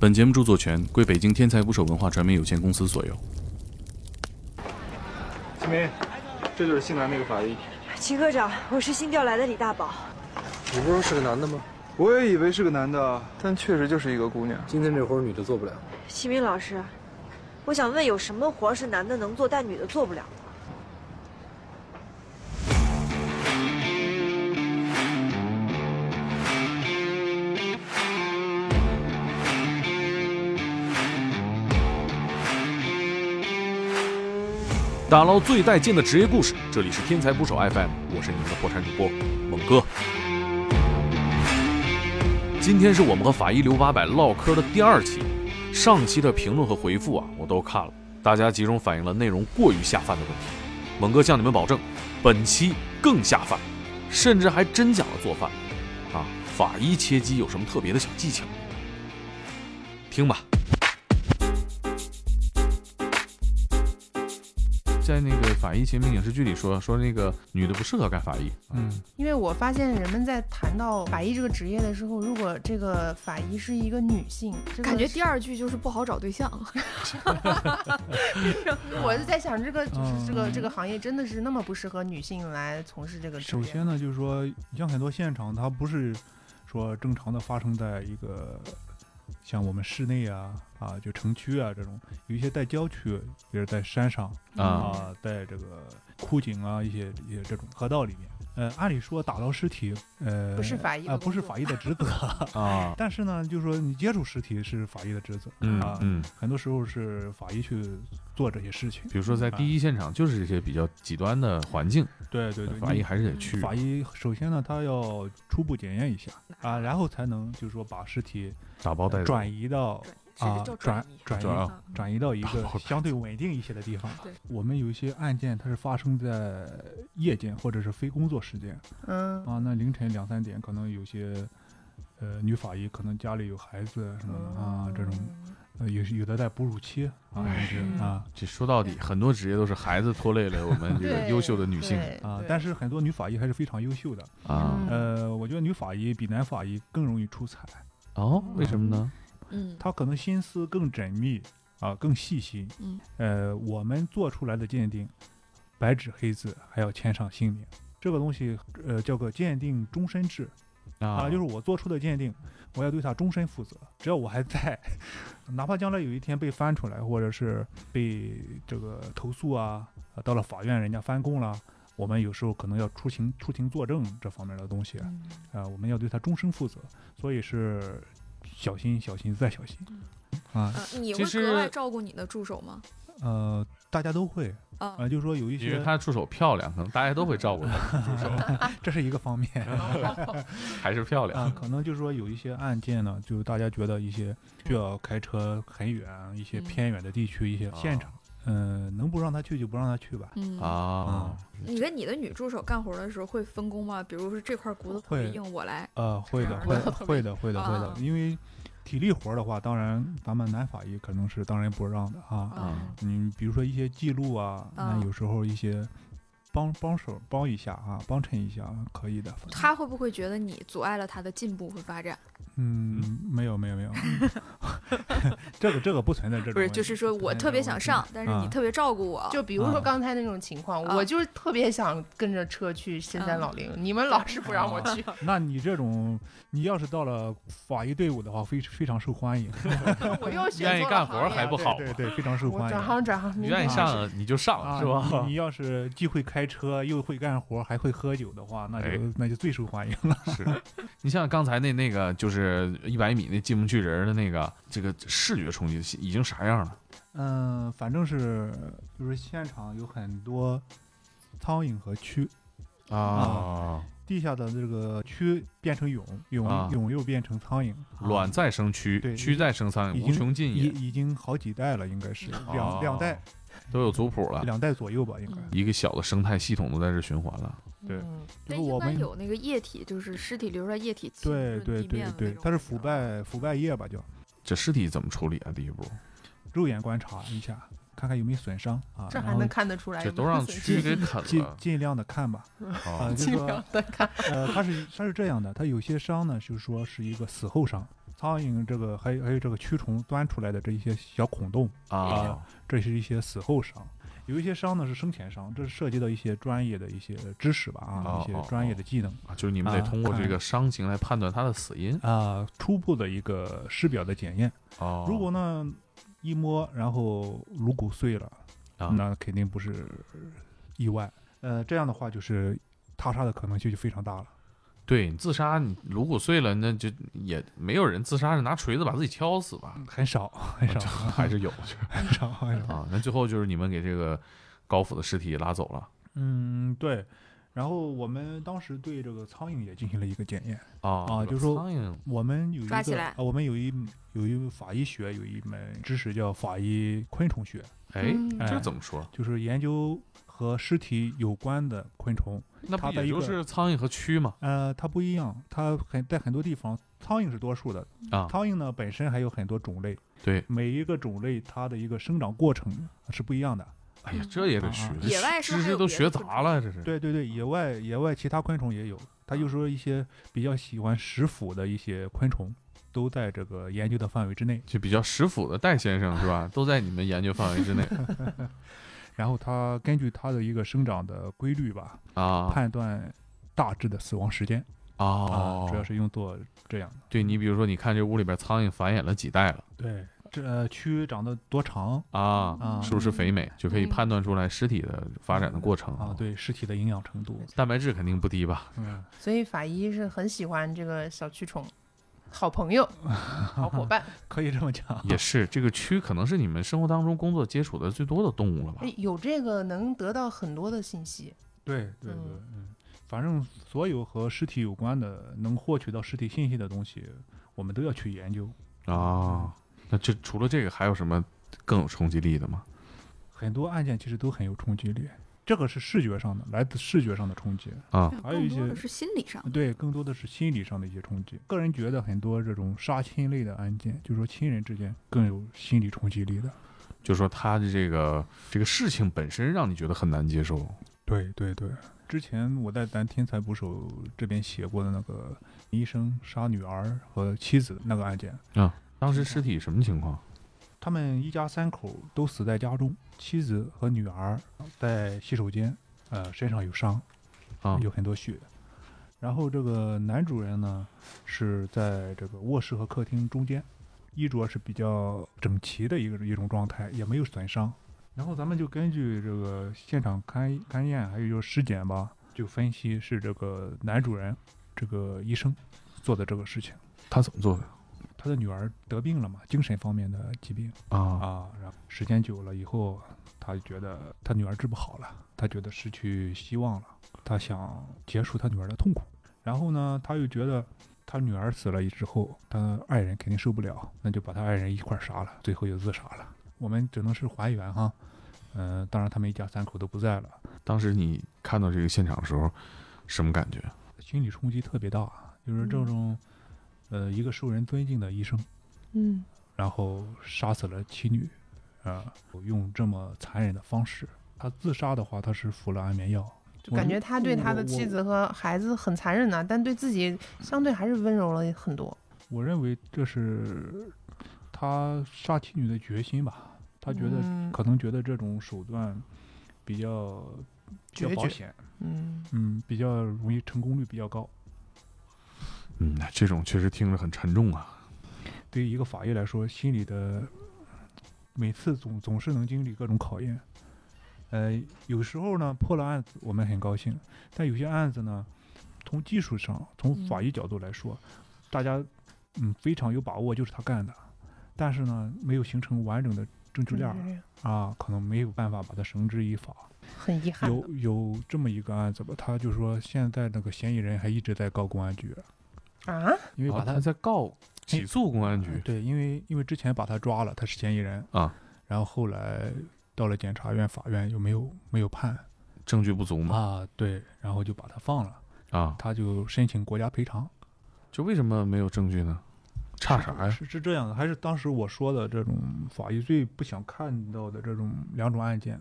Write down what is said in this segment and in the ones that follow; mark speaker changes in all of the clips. Speaker 1: 本节目著作权归北京天才捕手文化传媒有限公司所有。
Speaker 2: 秦梅，这就是新来那个法医。
Speaker 3: 秦科长，我是新调来的李大宝。
Speaker 4: 你不是说是个男的吗？
Speaker 2: 我也以为是个男的，啊但确实就是一个姑娘。
Speaker 4: 今天这活儿女的做不了。
Speaker 3: 启明老师，我想问，有什么活儿是男的能做但女的做不了的？
Speaker 1: 打捞最带劲的职业故事，这里是天才捕手 FM，我是你们的破产主播猛哥。今天是我们和法医刘八百唠嗑的第二期，上期的评论和回复啊，我都看了，大家集中反映了内容过于下饭的问题。猛哥向你们保证，本期更下饭，甚至还真讲了做饭。啊，法医切鸡有什么特别的小技巧？听吧。在那个法医秦明影视剧里说说那个女的不适合干法医，
Speaker 2: 嗯，
Speaker 5: 因为我发现人们在谈到法医这个职业的时候，如果这个法医是一个女性，这个
Speaker 6: 感觉第
Speaker 5: 是，
Speaker 6: 二句就是不好找对象，
Speaker 5: 我是在想，这个就是这个、
Speaker 7: 嗯
Speaker 5: 这个行业真的是那么不适合女性来从事这个职
Speaker 7: 首
Speaker 5: 业？
Speaker 7: 先呢，就是说，像很多现场，它不是说正常的发生在一个像我们室内啊啊，就城区啊这种，有一些在郊区，比如在山上
Speaker 1: 啊
Speaker 7: 啊，在这个枯井啊一些一些这种河道里面。呃，按理说打捞尸体，呃，
Speaker 5: 不是法医
Speaker 7: 啊、
Speaker 5: 的
Speaker 7: 不是
Speaker 5: 工作
Speaker 7: 法医的职 责，
Speaker 1: 啊，
Speaker 7: 但是呢，就是说你接触尸体是法医的职责，
Speaker 1: 嗯
Speaker 7: 啊，
Speaker 1: 嗯，
Speaker 7: 很多时候是法医去做这些事情。
Speaker 1: 比如说在第一现场就是这些比较极端的环境，
Speaker 7: 对对对，
Speaker 1: 法
Speaker 7: 你
Speaker 1: 医还是得去。
Speaker 7: 呃法医首先呢，他要初步检验一下啊，然后才能就是说把尸体
Speaker 1: 打包带走
Speaker 7: 转移到啊
Speaker 6: 叫
Speaker 7: 转
Speaker 6: 移。
Speaker 7: 转
Speaker 1: 转
Speaker 7: 移
Speaker 6: 啊
Speaker 7: 转移到一
Speaker 1: 打
Speaker 7: 个
Speaker 1: 包带
Speaker 7: 相对稳定一些的地方
Speaker 6: 对。
Speaker 7: 我们有一些案件它是发生在夜间或者是非工作时间
Speaker 5: 嗯，
Speaker 7: 啊，那凌晨两三点可能有些。呃，女法医可能家里有孩子什么的啊，
Speaker 5: 哦
Speaker 7: 这种呃有有的在哺乳期啊，有
Speaker 5: 嗯
Speaker 7: 些啊
Speaker 1: 哎这说到底，很多职业都是孩子拖累了我们这个
Speaker 5: 对
Speaker 1: 优秀的女性
Speaker 5: 对嗯
Speaker 7: 啊，
Speaker 5: 对
Speaker 7: 但是很多女法医还是非常优秀的。
Speaker 1: 啊。
Speaker 7: 呃，我觉得女法医比男法医更容易出彩，
Speaker 1: 哦，为什么呢？
Speaker 6: 嗯，
Speaker 7: 他可能心思更缜密啊，更细心。
Speaker 6: 嗯，
Speaker 7: 呃，我们做出来的鉴定，白纸黑字还要签上姓名，这个东西呃叫个鉴定终身制啊，就是我做出的鉴定，我要对它终身负责，只要我还在， 哪怕将来有一天被翻出来，或者是被这个投诉啊，呃到了法院人家翻供了。我们有时候可能要出庭出庭作证这方面的东西，啊、我们要对它终身负责，所以是小心小心再小心，啊，
Speaker 6: 啊 你
Speaker 1: 其
Speaker 6: 会
Speaker 1: 实
Speaker 6: 格外照顾你的助手吗？
Speaker 7: 呃，大家都会
Speaker 6: 啊
Speaker 7: 啊、就是说有一
Speaker 1: 因为
Speaker 7: 些，
Speaker 1: 她出手漂亮，可能大家都会照顾她，
Speaker 7: 这是一 个方面
Speaker 1: 还是漂
Speaker 7: 啊，
Speaker 1: 亮。
Speaker 7: 可能就是说有一些案件呢，就是大家觉得一些需要开车很远、一些
Speaker 6: 嗯
Speaker 7: 偏远的地区、一些现
Speaker 1: 哦
Speaker 7: 场，嗯、能不让他去就不让他去吧。
Speaker 6: 嗯，
Speaker 1: 啊
Speaker 7: 啊，
Speaker 6: 你跟你的女助手干活的时候会分工吗？比如说这块骨头特别
Speaker 7: 会
Speaker 6: 硬，我来。
Speaker 7: 呃，会的，
Speaker 6: 啊
Speaker 7: 会的，会的，会的，会
Speaker 6: 啊
Speaker 7: 的，因为体力活儿的话，当然咱们男法医可能是当然不让的
Speaker 6: 嗯
Speaker 7: 啊。
Speaker 1: 啊
Speaker 7: 你比如说一些记录啊，
Speaker 6: 啊
Speaker 7: 那有时候一些帮帮手帮一下啊，帮衬一下可以的。反正
Speaker 6: 他会不会觉得你阻碍了他的进步和发展？
Speaker 7: 嗯，没有没 有没有， 这个这个不存在这种
Speaker 6: 不是，
Speaker 7: 问题
Speaker 6: 就是说
Speaker 7: 不存
Speaker 6: 我
Speaker 7: 在
Speaker 6: 特别
Speaker 7: 这种
Speaker 6: 想
Speaker 7: 问题
Speaker 6: 上，但是你
Speaker 7: 啊
Speaker 6: 特别照顾我。
Speaker 5: 就比如说
Speaker 7: 啊
Speaker 5: 刚才那种情况，
Speaker 6: 啊嗯
Speaker 5: 我就是特别想跟着车去深山老林，你们老是不让我去。
Speaker 7: 啊那你这种，你要是到了法医队伍的话，非非常受欢迎，
Speaker 5: 我又选
Speaker 1: 愿意
Speaker 5: 错了
Speaker 1: 干活
Speaker 5: 行业
Speaker 1: 还不好
Speaker 7: 对对，对非常受
Speaker 5: 我
Speaker 7: 欢
Speaker 5: 转
Speaker 7: 迎。
Speaker 5: 行转行，
Speaker 1: 你愿意
Speaker 5: 明白
Speaker 1: 上你就上，
Speaker 7: 啊，
Speaker 1: 是吧？
Speaker 7: 你你要是既会开车，又会干活，还会喝酒的话，那就、
Speaker 1: 哎
Speaker 7: 那就最受欢迎了。
Speaker 1: 是，你像刚才那那个，就是一百米那进不去人儿的那个，这个视觉冲击已经啥样了？
Speaker 7: 嗯、反正是就是现场有很多苍蝇和蛆，啊，地下的这个蛆变成蛹，蛹、
Speaker 1: 啊
Speaker 7: 蛹又变成苍蝇，啊
Speaker 1: 卵再生蛆，
Speaker 7: 对
Speaker 1: 蛆再生苍蝇，
Speaker 7: 已
Speaker 1: 无
Speaker 7: 经
Speaker 1: 穷尽也，
Speaker 7: 已已经好几代了，应该是两、
Speaker 1: 哦
Speaker 7: 两代
Speaker 1: 都有族谱了，
Speaker 7: 两代左右吧，应该。
Speaker 6: 嗯
Speaker 1: 一个小的生态系统都在这循环了。
Speaker 7: 对
Speaker 5: 嗯
Speaker 7: 就
Speaker 6: 但
Speaker 7: 是
Speaker 6: 一
Speaker 7: 我
Speaker 6: 般
Speaker 7: 们
Speaker 6: 有那个液体，就是尸体留出来液体浸
Speaker 7: 对
Speaker 6: 润
Speaker 7: 对
Speaker 6: 地面
Speaker 7: 对对，
Speaker 6: 的那种
Speaker 7: 它是腐。败腐败液吧，叫
Speaker 1: 这尸体怎么处理啊？第一步，
Speaker 7: 肉眼观察一下，看看有没有损伤啊，
Speaker 5: 这
Speaker 7: 然
Speaker 5: 还
Speaker 7: 后
Speaker 5: 能看得出来
Speaker 1: 这
Speaker 5: 有没
Speaker 1: 都
Speaker 5: 有
Speaker 1: 让
Speaker 5: 损失？
Speaker 1: 蛆给 啃
Speaker 7: 尽
Speaker 1: 了。
Speaker 7: 尽量的看吧。啊，
Speaker 1: 哦
Speaker 7: 就是
Speaker 5: 尽量
Speaker 7: 说
Speaker 5: 的看，
Speaker 7: 呃，它是它是这样的，它有些伤呢，就是说是一个死后伤，苍蝇这个还有还有这个蛆虫钻出来的这一些小孔洞，
Speaker 1: 啊
Speaker 7: 啊这是一些死后伤。有一些伤呢是生前伤，这是涉及到一些专业的一些知识吧啊，
Speaker 1: 哦
Speaker 7: 一
Speaker 1: 哦
Speaker 7: 些专业的技能
Speaker 1: 啊，就是你们得
Speaker 7: 啊
Speaker 1: 通过这
Speaker 7: 看
Speaker 1: 个伤情来判断他的死因
Speaker 7: 啊、初步的一个尸表的检验。
Speaker 1: 哦。
Speaker 7: 如果呢一摸，然后颅骨碎了，
Speaker 1: 啊
Speaker 7: 那肯定不是意外。呃，这样的话就是他杀的可能性就非常大了。
Speaker 1: 对你自杀，你颅骨碎了，那就也没有人自杀是拿锤子把自己敲死吧？
Speaker 7: 很少，很少，
Speaker 1: 嗯还 是有
Speaker 7: 很少，很少。
Speaker 1: 啊。那最后就是你们给这个高府的尸体拉走了
Speaker 7: 嗯，对。然后我们当时对这个苍蝇也进行了一个检验。
Speaker 1: 啊
Speaker 7: 啊就说
Speaker 1: 苍蝇
Speaker 7: 我们有一
Speaker 6: 抓
Speaker 7: 个
Speaker 6: 起来
Speaker 7: 啊，我们有一有一法医学有一门知识叫法医昆虫学，
Speaker 1: 哎，
Speaker 6: 嗯
Speaker 7: 哎
Speaker 1: 这怎么说？
Speaker 7: 就是研究和尸体有关的昆虫。
Speaker 1: 那不
Speaker 7: 它的
Speaker 1: 也
Speaker 7: 一
Speaker 1: 就
Speaker 7: 个
Speaker 1: 是苍蝇和蛆嘛？
Speaker 7: 呃，它不一样，它很在很多地方，苍蝇是多数的。
Speaker 1: 啊，
Speaker 7: 苍蝇呢本身还有很多种类，
Speaker 1: 对，
Speaker 7: 每一个种类它的一个生长过程是不一样的。
Speaker 1: 哎呀，这也得学
Speaker 7: 啊，
Speaker 6: 野外是不
Speaker 1: 知
Speaker 6: 是还
Speaker 1: 识
Speaker 6: 有
Speaker 1: 都
Speaker 6: 别
Speaker 1: 学
Speaker 6: 的昆
Speaker 1: 杂了，这是。
Speaker 7: 对对对，野外野外其他昆虫也有，它就说一些比较喜欢食腐的一些昆虫，都在这个研究的范围之内。
Speaker 1: 就比较食腐的戴先生是 吧？都在你们研究范围之内
Speaker 7: 然后它根据它的一个生长的规律吧，
Speaker 1: 啊
Speaker 7: 判断大致的死亡时间啊，主要
Speaker 1: 哦，
Speaker 7: 是用作这样的。
Speaker 1: 对你比如说，你看这屋里边苍蝇繁衍了几代了
Speaker 7: 对，这呃蛆长得多长
Speaker 1: 啊，
Speaker 7: 啊
Speaker 1: 是不是肥美，就可以
Speaker 6: 嗯
Speaker 1: 判断出来尸体的发展的过程
Speaker 7: 啊？，对，尸体的营养程度，
Speaker 1: 蛋白质肯定不低吧？
Speaker 7: 嗯，
Speaker 5: 所以法医是很喜欢这个小蛆虫，好朋友、好伙伴。
Speaker 7: 可以这么讲。
Speaker 1: 也是，这个蛆可能是你们生活当中工作接触的最多的动物了吧
Speaker 5: 哎？有这个能得到很多的信息。
Speaker 7: 对对对，
Speaker 5: 嗯
Speaker 7: 嗯，反正所有和尸体有关的，能获取到尸体信息的东西，我们都要去研究。
Speaker 1: 啊，那这除了这个还有什么更有冲击力的吗？
Speaker 7: 很多案件其实都很有冲击力，这个是视觉上的，来自视觉上的冲击。
Speaker 1: 啊，
Speaker 6: 虫
Speaker 7: 还有一
Speaker 6: 更多的
Speaker 7: 些
Speaker 6: 是心理上的，
Speaker 7: 对，更多的是心理上的一些冲击。个人觉得很多这种杀亲类的案件，就是说亲人之间更有心理冲击力的。
Speaker 1: 就说他的这个这个事情本身让你觉得很难接受。
Speaker 7: 对对对，之前我在咱天才捕手这边写过的那个医生杀女儿和妻子那个案件，
Speaker 1: 当时尸体什么情况？
Speaker 7: 他们一家三口都死在家中，妻子和女儿在洗手间，呃，身上有伤，
Speaker 1: 啊
Speaker 7: 有很多血。然后这个男主人呢是在这个卧室和客厅中间，衣着是比较整齐的一个一种状态，也没有损伤。然后咱们就根据这个现场勘勘验，还有就是尸检吧，就分析是这个男主人这个医生做的这个事情。
Speaker 1: 他怎么做的？
Speaker 7: 他的女儿得病了嘛，精神方面的疾病。
Speaker 1: 啊
Speaker 7: 啊，然后时间久了以后，他就觉得他女儿治不好了，他觉得失去希望了，他想结束他女儿的痛苦。然后呢，他又觉得他女儿死了之后，他爱人肯定受不了，那就把他爱人一块儿杀了，最后又自杀了。我们只能是还原哈，嗯、当然他们一家三口都不在了，
Speaker 1: 当时你看到这个现场的时候，什么感觉？
Speaker 7: 心理冲击特别大，就是这种，呃，一个受人尊敬的医生，
Speaker 5: 嗯，
Speaker 7: 然后杀死了妻女，啊、用这么残忍的方式。他自杀的话，他是服了安眠药，
Speaker 5: 就感觉他对他的
Speaker 7: 我
Speaker 5: 妻子和孩子很残忍呐、但对自己相对还是温柔了很多。
Speaker 7: 我认为这是他杀妻女的决心吧。他觉得、
Speaker 5: 嗯
Speaker 7: 可能觉得这种手段比较比较
Speaker 5: 决
Speaker 7: 保
Speaker 5: 绝
Speaker 7: 险，
Speaker 5: 嗯，
Speaker 7: 嗯，比较容易成功率比较高。
Speaker 1: 嗯，这种确实听着很沉重啊。
Speaker 7: 对于一个法医来说，心里的每次总总是能经历各种考验。呃，有时候呢破了案子，我们很高兴；但有些案子呢，从技术上，从法医角度来说，大家嗯非常有把握，就是他干的，但是呢没有形成完整的证
Speaker 5: 嗯
Speaker 7: 据链儿啊，可能没有办法把他绳之以法。
Speaker 5: 很遗憾的。
Speaker 7: 有有这么一个案子吧，他就说现在那个嫌疑人还一直在告公安局，
Speaker 5: 啊，
Speaker 7: 因为把
Speaker 1: 啊
Speaker 7: 他
Speaker 1: 在告起诉公安局
Speaker 7: 嗯对，因为因为之前把他抓了，他是嫌疑人
Speaker 1: 啊，
Speaker 7: 然后后来到了检察院、法院又没有没有判
Speaker 1: 证据不足嘛？
Speaker 7: 啊，对，然后就把他放了，
Speaker 1: 啊，
Speaker 7: 他就申请国家赔偿。
Speaker 1: 就为什么没有证据呢？差啥呀？
Speaker 7: 是是这样的，还是当时我说的这种法医最不想看到的这种两种案件，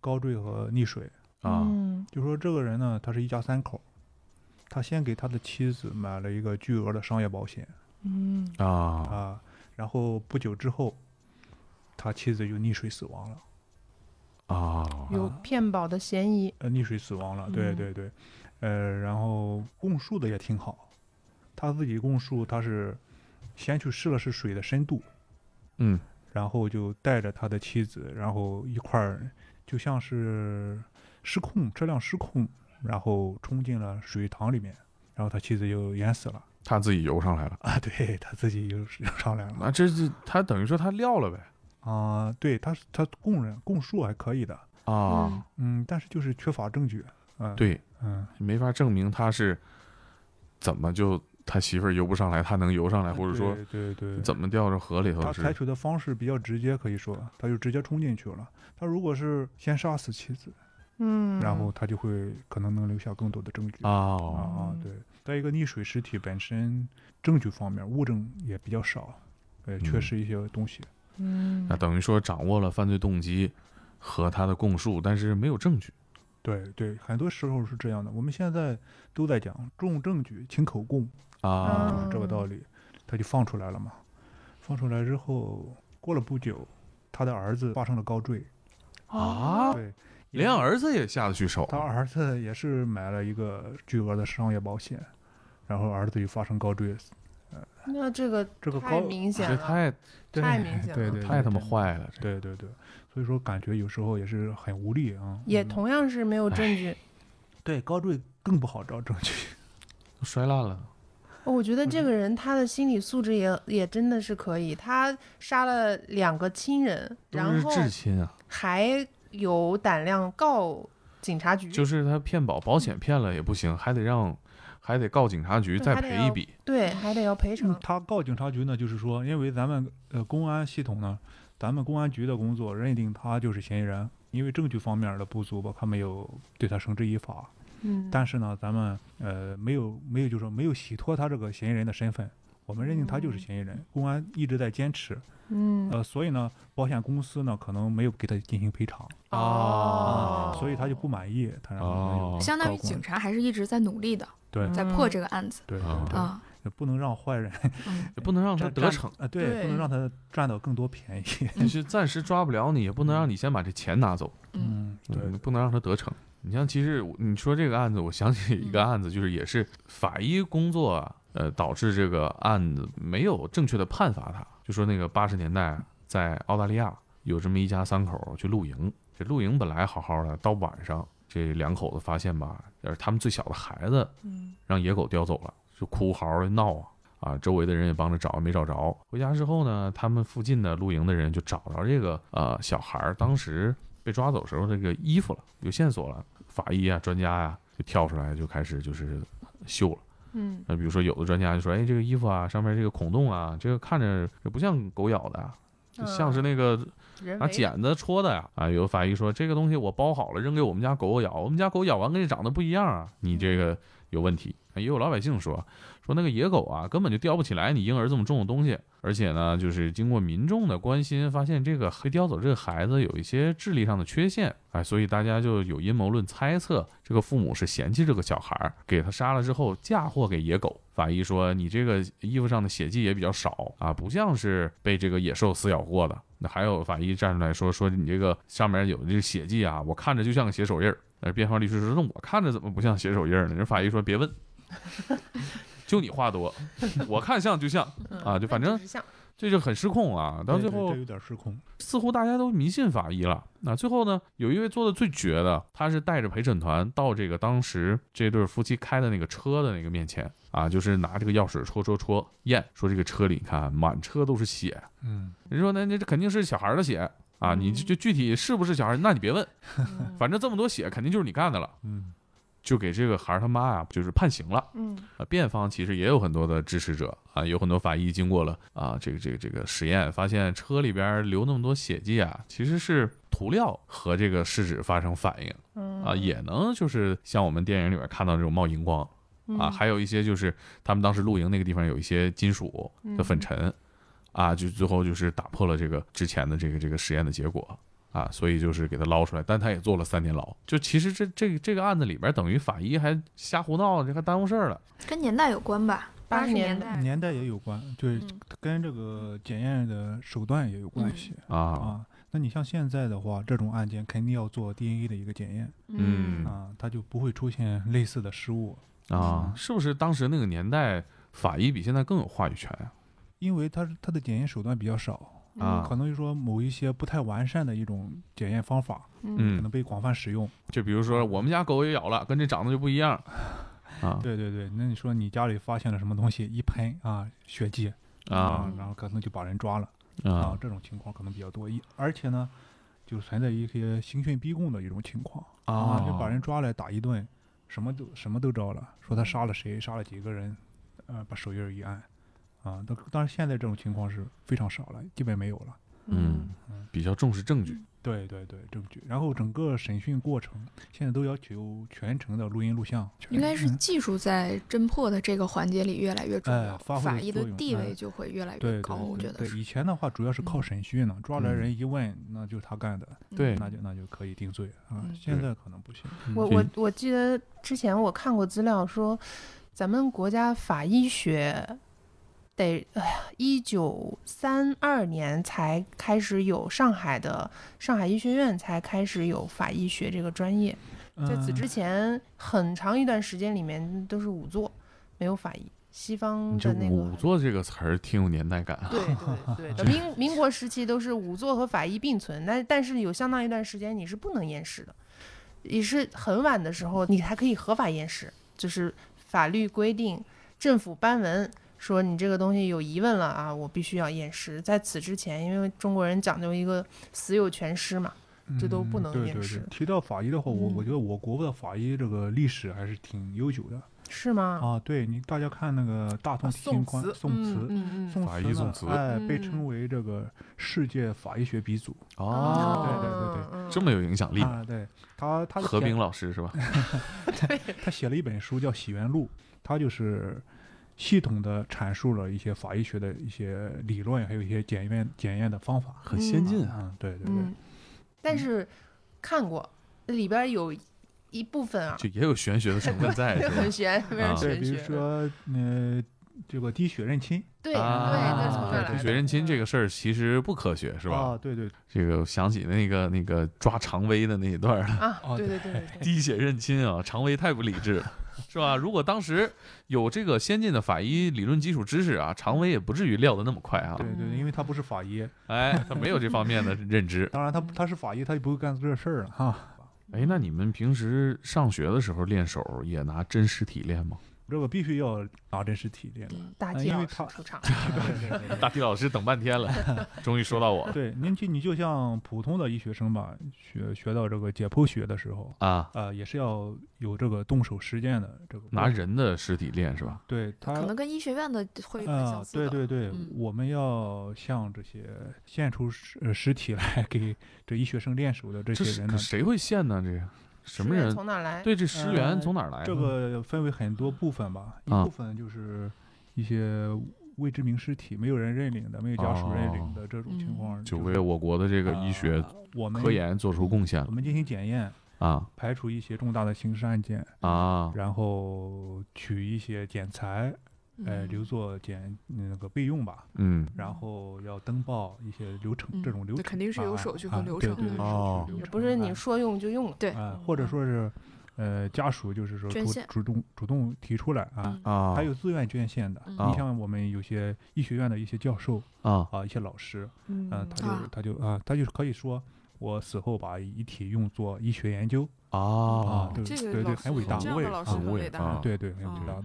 Speaker 7: 高坠和溺水。
Speaker 1: 啊，
Speaker 5: 嗯，
Speaker 7: 就说这个人呢，他是一家三口，他先给他的妻子买了一个巨额的商业保险，
Speaker 5: 嗯，
Speaker 1: 啊，
Speaker 7: 啊。然后不久之后，他妻子就溺水死亡了，
Speaker 1: 啊，
Speaker 5: 有骗保的嫌疑，
Speaker 7: 呃，溺水死亡了。对
Speaker 5: 嗯
Speaker 7: 对对，呃，然后供述的也挺好，他自己供述他是先去试了试水的深度，
Speaker 1: 嗯，
Speaker 7: 然后就带着他的妻子，然后一块儿就像是失控，车辆失控，然后冲进了水塘里面，然后他妻子就淹死了
Speaker 1: 他自己游上来了，
Speaker 7: 啊！对他自己又是又上来了
Speaker 1: 那这是他等于说他撂了呗，
Speaker 7: 啊！对，他是他供认供述还可以的，
Speaker 1: 啊，
Speaker 7: 嗯，但是就是缺乏证据，嗯，，
Speaker 1: 对，
Speaker 7: 嗯，
Speaker 1: 没法证明他是怎么就他媳妇儿游不上来，他能游上来，
Speaker 7: 啊
Speaker 1: 或者说
Speaker 7: 对对对，
Speaker 1: 怎么掉到河里头
Speaker 7: 他采
Speaker 1: 是
Speaker 7: 取的方式比较直接，可以说他就直接冲进去了。他如果是先杀死妻子，
Speaker 5: 嗯，
Speaker 7: 然后他就会可能能留下更多的证据啊
Speaker 1: 啊，
Speaker 7: 啊
Speaker 5: 嗯，
Speaker 7: 对。再一个，溺水尸体本身证据方面物证也比较少，呃，缺
Speaker 1: 嗯
Speaker 7: 失一些东西。
Speaker 5: 嗯
Speaker 1: 那，等于说掌握了犯罪动机和他的供述，但是没有证据。
Speaker 7: 对对，很多时候是这样的。我们现在都在讲重证据轻口供
Speaker 1: 啊，
Speaker 7: 啊，这个道理，他就放出来了嘛。放出来之后，过了不久，他的儿子发生了高坠，
Speaker 5: 嗯
Speaker 1: 啊
Speaker 7: 对，也
Speaker 1: 连
Speaker 7: 是
Speaker 1: 儿子也下得去手
Speaker 7: 他儿子也是买了一个巨额的商业保险，然后儿子就发生高坠，
Speaker 5: 那这个
Speaker 7: 这个
Speaker 5: 太
Speaker 7: 高
Speaker 5: 明显
Speaker 1: 这
Speaker 5: 了，
Speaker 1: 太
Speaker 7: 对
Speaker 5: 太明显
Speaker 7: 对
Speaker 5: 了
Speaker 7: 对
Speaker 1: 太他妈，坏了，
Speaker 7: 对对对对，所以说感觉有时候也是很无力啊。
Speaker 5: 也
Speaker 7: 嗯
Speaker 5: 同样是没有证据。
Speaker 7: 对高坠更不好找证据，
Speaker 1: 这摔烂了。
Speaker 5: 哦我觉
Speaker 1: 嗯
Speaker 5: 得这个人他的心理素质也也真的是可以，他杀了两个亲人，
Speaker 1: 都
Speaker 5: 然
Speaker 1: 是
Speaker 5: 后
Speaker 1: 至亲啊，
Speaker 5: 还有胆量告警察局，
Speaker 1: 就是他骗保，保险骗了也不行，还得让，还得告警察局
Speaker 5: 对
Speaker 1: 再
Speaker 5: 还得
Speaker 1: 赔一
Speaker 5: 要
Speaker 1: 笔。
Speaker 5: 对，还得要赔偿。
Speaker 7: 嗯他告警察局呢，就是说，因为咱们呃公安系统呢，咱们公安局的工作认定他就是嫌疑人，因为证据方面的不足吧，他没有对他绳之以法。
Speaker 5: 嗯，
Speaker 7: 但是呢，咱们呃没有没有就是说没有洗脱他这个嫌疑人的身份，我们认定他就是
Speaker 5: 嗯
Speaker 7: 嫌疑人。公安一直在坚持，
Speaker 5: 嗯
Speaker 7: 呃，所以呢，保险公司呢可能没有给他进行赔偿，
Speaker 1: 哦
Speaker 7: 所以嗯他就不满意，他然后
Speaker 1: 哦
Speaker 6: 相当于
Speaker 7: 高官
Speaker 6: 警察还是一直在努力的，
Speaker 7: 对
Speaker 6: 在破这个案子
Speaker 7: 对对
Speaker 1: 啊
Speaker 7: 对，
Speaker 6: 啊。
Speaker 7: 也不能让坏人
Speaker 6: 嗯，
Speaker 1: 也不能让他
Speaker 7: 占
Speaker 1: 得
Speaker 7: 占
Speaker 1: 逞，
Speaker 7: 啊，对，不
Speaker 5: 对
Speaker 7: 能让他占到更多便宜，
Speaker 1: 就是暂时抓不了你，也不能
Speaker 5: 嗯
Speaker 1: 让你先把这钱拿走，
Speaker 7: 嗯，对，
Speaker 1: 嗯不能让他得逞。你像，其实我你说这个案子，我想起一个案子，就是也是法医工作啊，呃，导致这个案子没有正确的判罚他。就说那个八十年代在澳大利亚有这么一家三口去露营，这露营本来好好的，到晚上这两口子发现吧，呃，他们最小的孩子
Speaker 5: 嗯
Speaker 1: 让野狗叼走了，就哭嚎的闹啊啊！周围的人也帮着找，没找着。回家之后呢，他们附近的露营的人就找着这个呃小孩儿当时被抓走时候这个衣服了，有线索了。法医啊、专家呀、就跳出来就开始就是嗅了。
Speaker 5: 嗯
Speaker 1: 那比如说有的专家就说，哎，这个衣服啊上面这个孔洞啊，这个看着也不像狗咬的啊，就像是那个
Speaker 5: 嗯人
Speaker 1: 拿
Speaker 5: 为
Speaker 1: 剪子戳的呀！啊，有的法医说这个东西我包好了，扔给我们家狗狗咬，我们家狗咬完跟你长得不一样啊，你这
Speaker 5: 嗯
Speaker 1: 个有问题。啊也有老百姓说说那个野狗啊，根本就叼不起来你婴儿这么重的东西，而且呢，就是经过民众的关心，发现这个被叼走这个孩子有一些智力上的缺陷，哎，所以大家就有阴谋论猜测，这个父母是嫌弃这个小孩儿，给他杀了之后嫁祸给野狗。法医说你这个衣服上的血迹也比较少啊，不像是被这个野兽撕咬过的。那还有法医站出来说说你这个上面有这个血迹啊，我看着就像个血手印儿。那辩方律师说那我看着怎么不像血手印儿呢？人法医说别问， 就你话多，我看像就像，
Speaker 5: 嗯
Speaker 1: 啊就反
Speaker 5: 那
Speaker 1: 正
Speaker 5: 只是像
Speaker 1: 这就很失控啊。到
Speaker 7: 对
Speaker 1: 最
Speaker 7: 对
Speaker 1: 后
Speaker 7: 这有点失控，
Speaker 1: 似乎大家都迷信法医了。那最后呢，有一位做的最绝的，他是带着陪审团到这个当时这对夫妻开的那个车的那个面前啊，就是拿这个钥匙戳戳戳验，说这个车里你看满车都是血。
Speaker 7: 嗯，
Speaker 1: 人说那那这肯定是小孩的血啊，你就就具体是不是小孩，那你别问，反正这么多血肯定就是你干的了。
Speaker 7: 嗯，
Speaker 1: 就给这个孩儿他妈啊，就是判刑了。
Speaker 5: 嗯
Speaker 1: 呃，辩方其实也有很多的支持者啊，有很多法医经过了啊这个这个这个实验，发现车里边留那么多血迹啊，其实是涂料和这个试纸发生反应
Speaker 5: 嗯
Speaker 1: 啊，也能就是像我们电影里边看到这种冒荧光啊，
Speaker 5: 嗯
Speaker 1: 还有一些就是他们当时露营那个地方有一些金属的
Speaker 5: 嗯
Speaker 1: 粉尘啊，就最后就是打破了这个之前的这个这个实验的结果。啊，所以就是给他捞出来，但他也坐了三年牢。就其实这这这个案子里边，等于法医还瞎胡闹，这还耽误事儿了。
Speaker 6: 跟年代有关吧？
Speaker 5: 八十
Speaker 6: 年
Speaker 5: 年
Speaker 6: 代
Speaker 7: 嗯年代也有关，就是
Speaker 6: 嗯
Speaker 7: 跟这个检验的手段也有关系、
Speaker 1: 啊，
Speaker 7: 啊。那你像现在的话，这种案件肯定要做 DNA 的一个检验、
Speaker 1: 嗯
Speaker 7: 啊，它就不会出现类似的失误，
Speaker 1: 啊，是不是当时那个年代法医比现在更有话语权啊？
Speaker 7: 因为它是它的检验手段比较少，
Speaker 1: 啊
Speaker 7: 可能就说某一些不太完善的一种检验方法，可
Speaker 1: 嗯
Speaker 7: 能，被广泛使用。
Speaker 1: 就比如说我们家狗也咬了，跟这长得就不一样啊
Speaker 7: 对对对，那你说你家里发现了什么东西，一喷啊，血迹
Speaker 1: 啊
Speaker 7: 然后可能就把人抓了啊
Speaker 1: 啊，
Speaker 7: 这种情况可能比较多。一而且呢，就存在一些刑讯逼供的一种情况
Speaker 1: 啊
Speaker 7: 就把人抓来打一顿，什么都什么都招了，说他杀了谁，杀了几个人，呃，把手印儿一按。啊，当当然，现在这种情况是非常少了，基本没有了。
Speaker 1: 嗯，比较重视证据
Speaker 7: 对对对，证据。然后整个审讯过程现在都要求全程的录音录像。全
Speaker 6: 应该是
Speaker 7: 嗯
Speaker 6: 技术在侦破的这个环节里越来越重
Speaker 7: 哎
Speaker 6: 要，
Speaker 7: 发挥
Speaker 6: 法
Speaker 7: 的
Speaker 6: 医的
Speaker 7: 作用
Speaker 6: 地
Speaker 7: 哎
Speaker 6: 位就会越来
Speaker 7: 对
Speaker 6: 越
Speaker 7: 对
Speaker 6: 高，我觉
Speaker 7: 对
Speaker 6: 得
Speaker 7: 对，
Speaker 6: 是。
Speaker 7: 以前的话主要是靠
Speaker 6: 嗯
Speaker 7: 审讯呢，抓来
Speaker 1: 嗯
Speaker 7: 人一问，那就是他干的，
Speaker 1: 对
Speaker 7: 那就那就可以定罪啊
Speaker 6: 嗯。
Speaker 7: 现
Speaker 1: 对
Speaker 7: 在可能不行，
Speaker 5: 我
Speaker 1: 嗯
Speaker 5: 我我记得之前我看过资料说，咱们国家法医学得哎呀，一九三二年才开始有上海的上海医学院才开始有法医学这个专业，在此之
Speaker 7: 嗯
Speaker 5: 前很长一段时间里面都是仵作，没有法医。西方
Speaker 1: 你这
Speaker 5: 的那个
Speaker 1: 仵作这个词儿挺有年代感啊。
Speaker 5: 对对 对的，民民国时期都是仵作和法医并存，但但是有相当一段时间你是不能验尸的，也是很晚的时候你才可以合法验尸，就是法律规定，政府颁文说你这个东西有疑问了啊，我必须要验尸。在此之前，因为中国人讲究一个死有全尸嘛，这都不
Speaker 7: 嗯
Speaker 5: 能
Speaker 7: 对
Speaker 5: 掩
Speaker 7: 对
Speaker 5: 饰
Speaker 7: 对。提到法医的话，我我
Speaker 5: 嗯
Speaker 7: 觉得我国的法医这个历史还是挺悠久的
Speaker 5: 是吗？
Speaker 7: 啊。对你大家看那个大宋提刑哦官
Speaker 5: 啊词，
Speaker 7: 宋
Speaker 5: 嗯
Speaker 7: 慈，
Speaker 5: 嗯嗯，
Speaker 7: 宋
Speaker 1: 法医宋
Speaker 7: 呢
Speaker 1: 慈
Speaker 7: 哎，被
Speaker 5: 嗯
Speaker 7: 称为这个世界法医学鼻祖
Speaker 1: 哦，
Speaker 7: 对对对对
Speaker 5: 对
Speaker 1: 这么有影响力，
Speaker 7: 啊。对他，他
Speaker 1: 何
Speaker 7: 写
Speaker 1: 冰老师是吧？
Speaker 7: 他写了一本书叫《洗冤录》，他就是系统的阐述了一些法医学的一些理论，还有一些检验检验的方法。
Speaker 1: 很先进啊，
Speaker 7: 嗯，对对对，
Speaker 5: 嗯，但是看过那里边有一部分啊，
Speaker 1: 就也有玄学的成分在，是吧
Speaker 5: 很？玄，非常
Speaker 1: 啊
Speaker 7: 对，
Speaker 5: 玄
Speaker 7: 比如
Speaker 5: 学。
Speaker 7: 说呃，这个滴血认亲
Speaker 5: 对对，
Speaker 1: 啊
Speaker 5: 那是从这儿来
Speaker 1: 对
Speaker 5: 的。
Speaker 1: 血认亲这
Speaker 5: 个，
Speaker 1: 个事儿其实不科学，是吧？
Speaker 7: 啊，对对，
Speaker 1: 这个我想起那个那个抓常威的那一段了，
Speaker 5: 啊，
Speaker 7: 哦
Speaker 5: 对
Speaker 7: 对
Speaker 5: 对对对对，
Speaker 1: 滴血认亲啊，常威太不理智了，是吧？如果当时有这个先进的法医理论基础知识啊，常威也不至于撂得那么快啊。
Speaker 7: 对
Speaker 5: 嗯
Speaker 7: 对，因为他不是法医，
Speaker 1: 哎，他没有这方面的认知。
Speaker 7: 当然他他是法医，他就不会干这事儿了哈。
Speaker 1: 哎，那你们平时上学的时候练手也拿真尸体练吗？
Speaker 7: 这个必须要拿真实体验的。
Speaker 5: 大
Speaker 7: 嗯
Speaker 5: 纪
Speaker 7: 因
Speaker 5: 老
Speaker 7: 为
Speaker 5: 师
Speaker 7: 他
Speaker 5: 出场，
Speaker 1: 大地老师等半天了， 终于说到我了
Speaker 7: 对，您就你就像普通的医学生吧，学学到这个解剖学的时候，
Speaker 1: 啊！
Speaker 7: 呃，也是要有这个动手实践的这个过
Speaker 1: 拿
Speaker 7: 程
Speaker 1: 人的尸体练是吧？
Speaker 7: 对他
Speaker 6: 可能跟医学院的会有点
Speaker 7: 啊
Speaker 6: 相，似
Speaker 7: 对
Speaker 6: 的。
Speaker 7: 对对，
Speaker 6: 嗯
Speaker 7: 我们要向这些献出尸呃尸体来 给这医学生练手的这
Speaker 1: 这
Speaker 7: 些
Speaker 1: 是
Speaker 7: 人
Speaker 1: 可
Speaker 7: 呢，
Speaker 1: 谁会献呢？这个什么
Speaker 5: 是
Speaker 1: 人？
Speaker 5: 从哪儿来？
Speaker 1: 对，这尸源从哪儿来呢？
Speaker 7: 呃这个分为很多部分吧，一
Speaker 1: 啊
Speaker 7: 部分就是一些未知名尸体，没有人认领的，没有家属认领的这种情
Speaker 6: 嗯
Speaker 7: 况，
Speaker 1: 就是为我国哦的这个医学
Speaker 7: 啊我们
Speaker 1: 科研做出贡献
Speaker 7: 我
Speaker 1: 了
Speaker 7: 们进行检验，
Speaker 1: 啊
Speaker 7: 排除一些重大的刑事案件，
Speaker 1: 啊！
Speaker 7: 然后取一些检材，
Speaker 6: 嗯
Speaker 7: 呃，留作检那个备用吧。
Speaker 1: 嗯，
Speaker 7: 然后要登报一些流程，这
Speaker 6: 嗯
Speaker 7: 种流程
Speaker 6: 那肯定是有
Speaker 7: 啊
Speaker 6: 手续
Speaker 7: 啊
Speaker 6: 和流
Speaker 7: 对
Speaker 6: 程
Speaker 7: 对
Speaker 6: 的
Speaker 7: 对
Speaker 1: 哦
Speaker 7: 手续流
Speaker 5: 也
Speaker 7: 程
Speaker 5: 不是
Speaker 7: 哎
Speaker 5: 你说用就用了。
Speaker 6: 对嗯
Speaker 7: 哎，或者说是呃家属就是说
Speaker 6: 捐
Speaker 7: 主
Speaker 6: 献
Speaker 7: 主动主动提出来啊，
Speaker 1: 啊，
Speaker 7: 还有自愿捐献的。
Speaker 6: 嗯
Speaker 1: 啊
Speaker 7: 你像我们有些医学院的一些教授
Speaker 1: 啊
Speaker 7: 啊，一些老师，
Speaker 5: 嗯
Speaker 7: 嗯，他就
Speaker 6: 啊
Speaker 7: 他就啊，他就是可以说。我死后把遗体用作医学研究啊
Speaker 1: 啊，
Speaker 7: 对
Speaker 6: 这
Speaker 7: 对对，
Speaker 6: 个老
Speaker 7: 很
Speaker 6: 师
Speaker 7: 伟大
Speaker 6: 这，样
Speaker 1: 伟
Speaker 6: 的老师
Speaker 1: 很
Speaker 6: 很
Speaker 1: 伟
Speaker 6: 伟大
Speaker 1: 啊
Speaker 7: 啊对对，很伟
Speaker 6: 嗯
Speaker 7: 大的。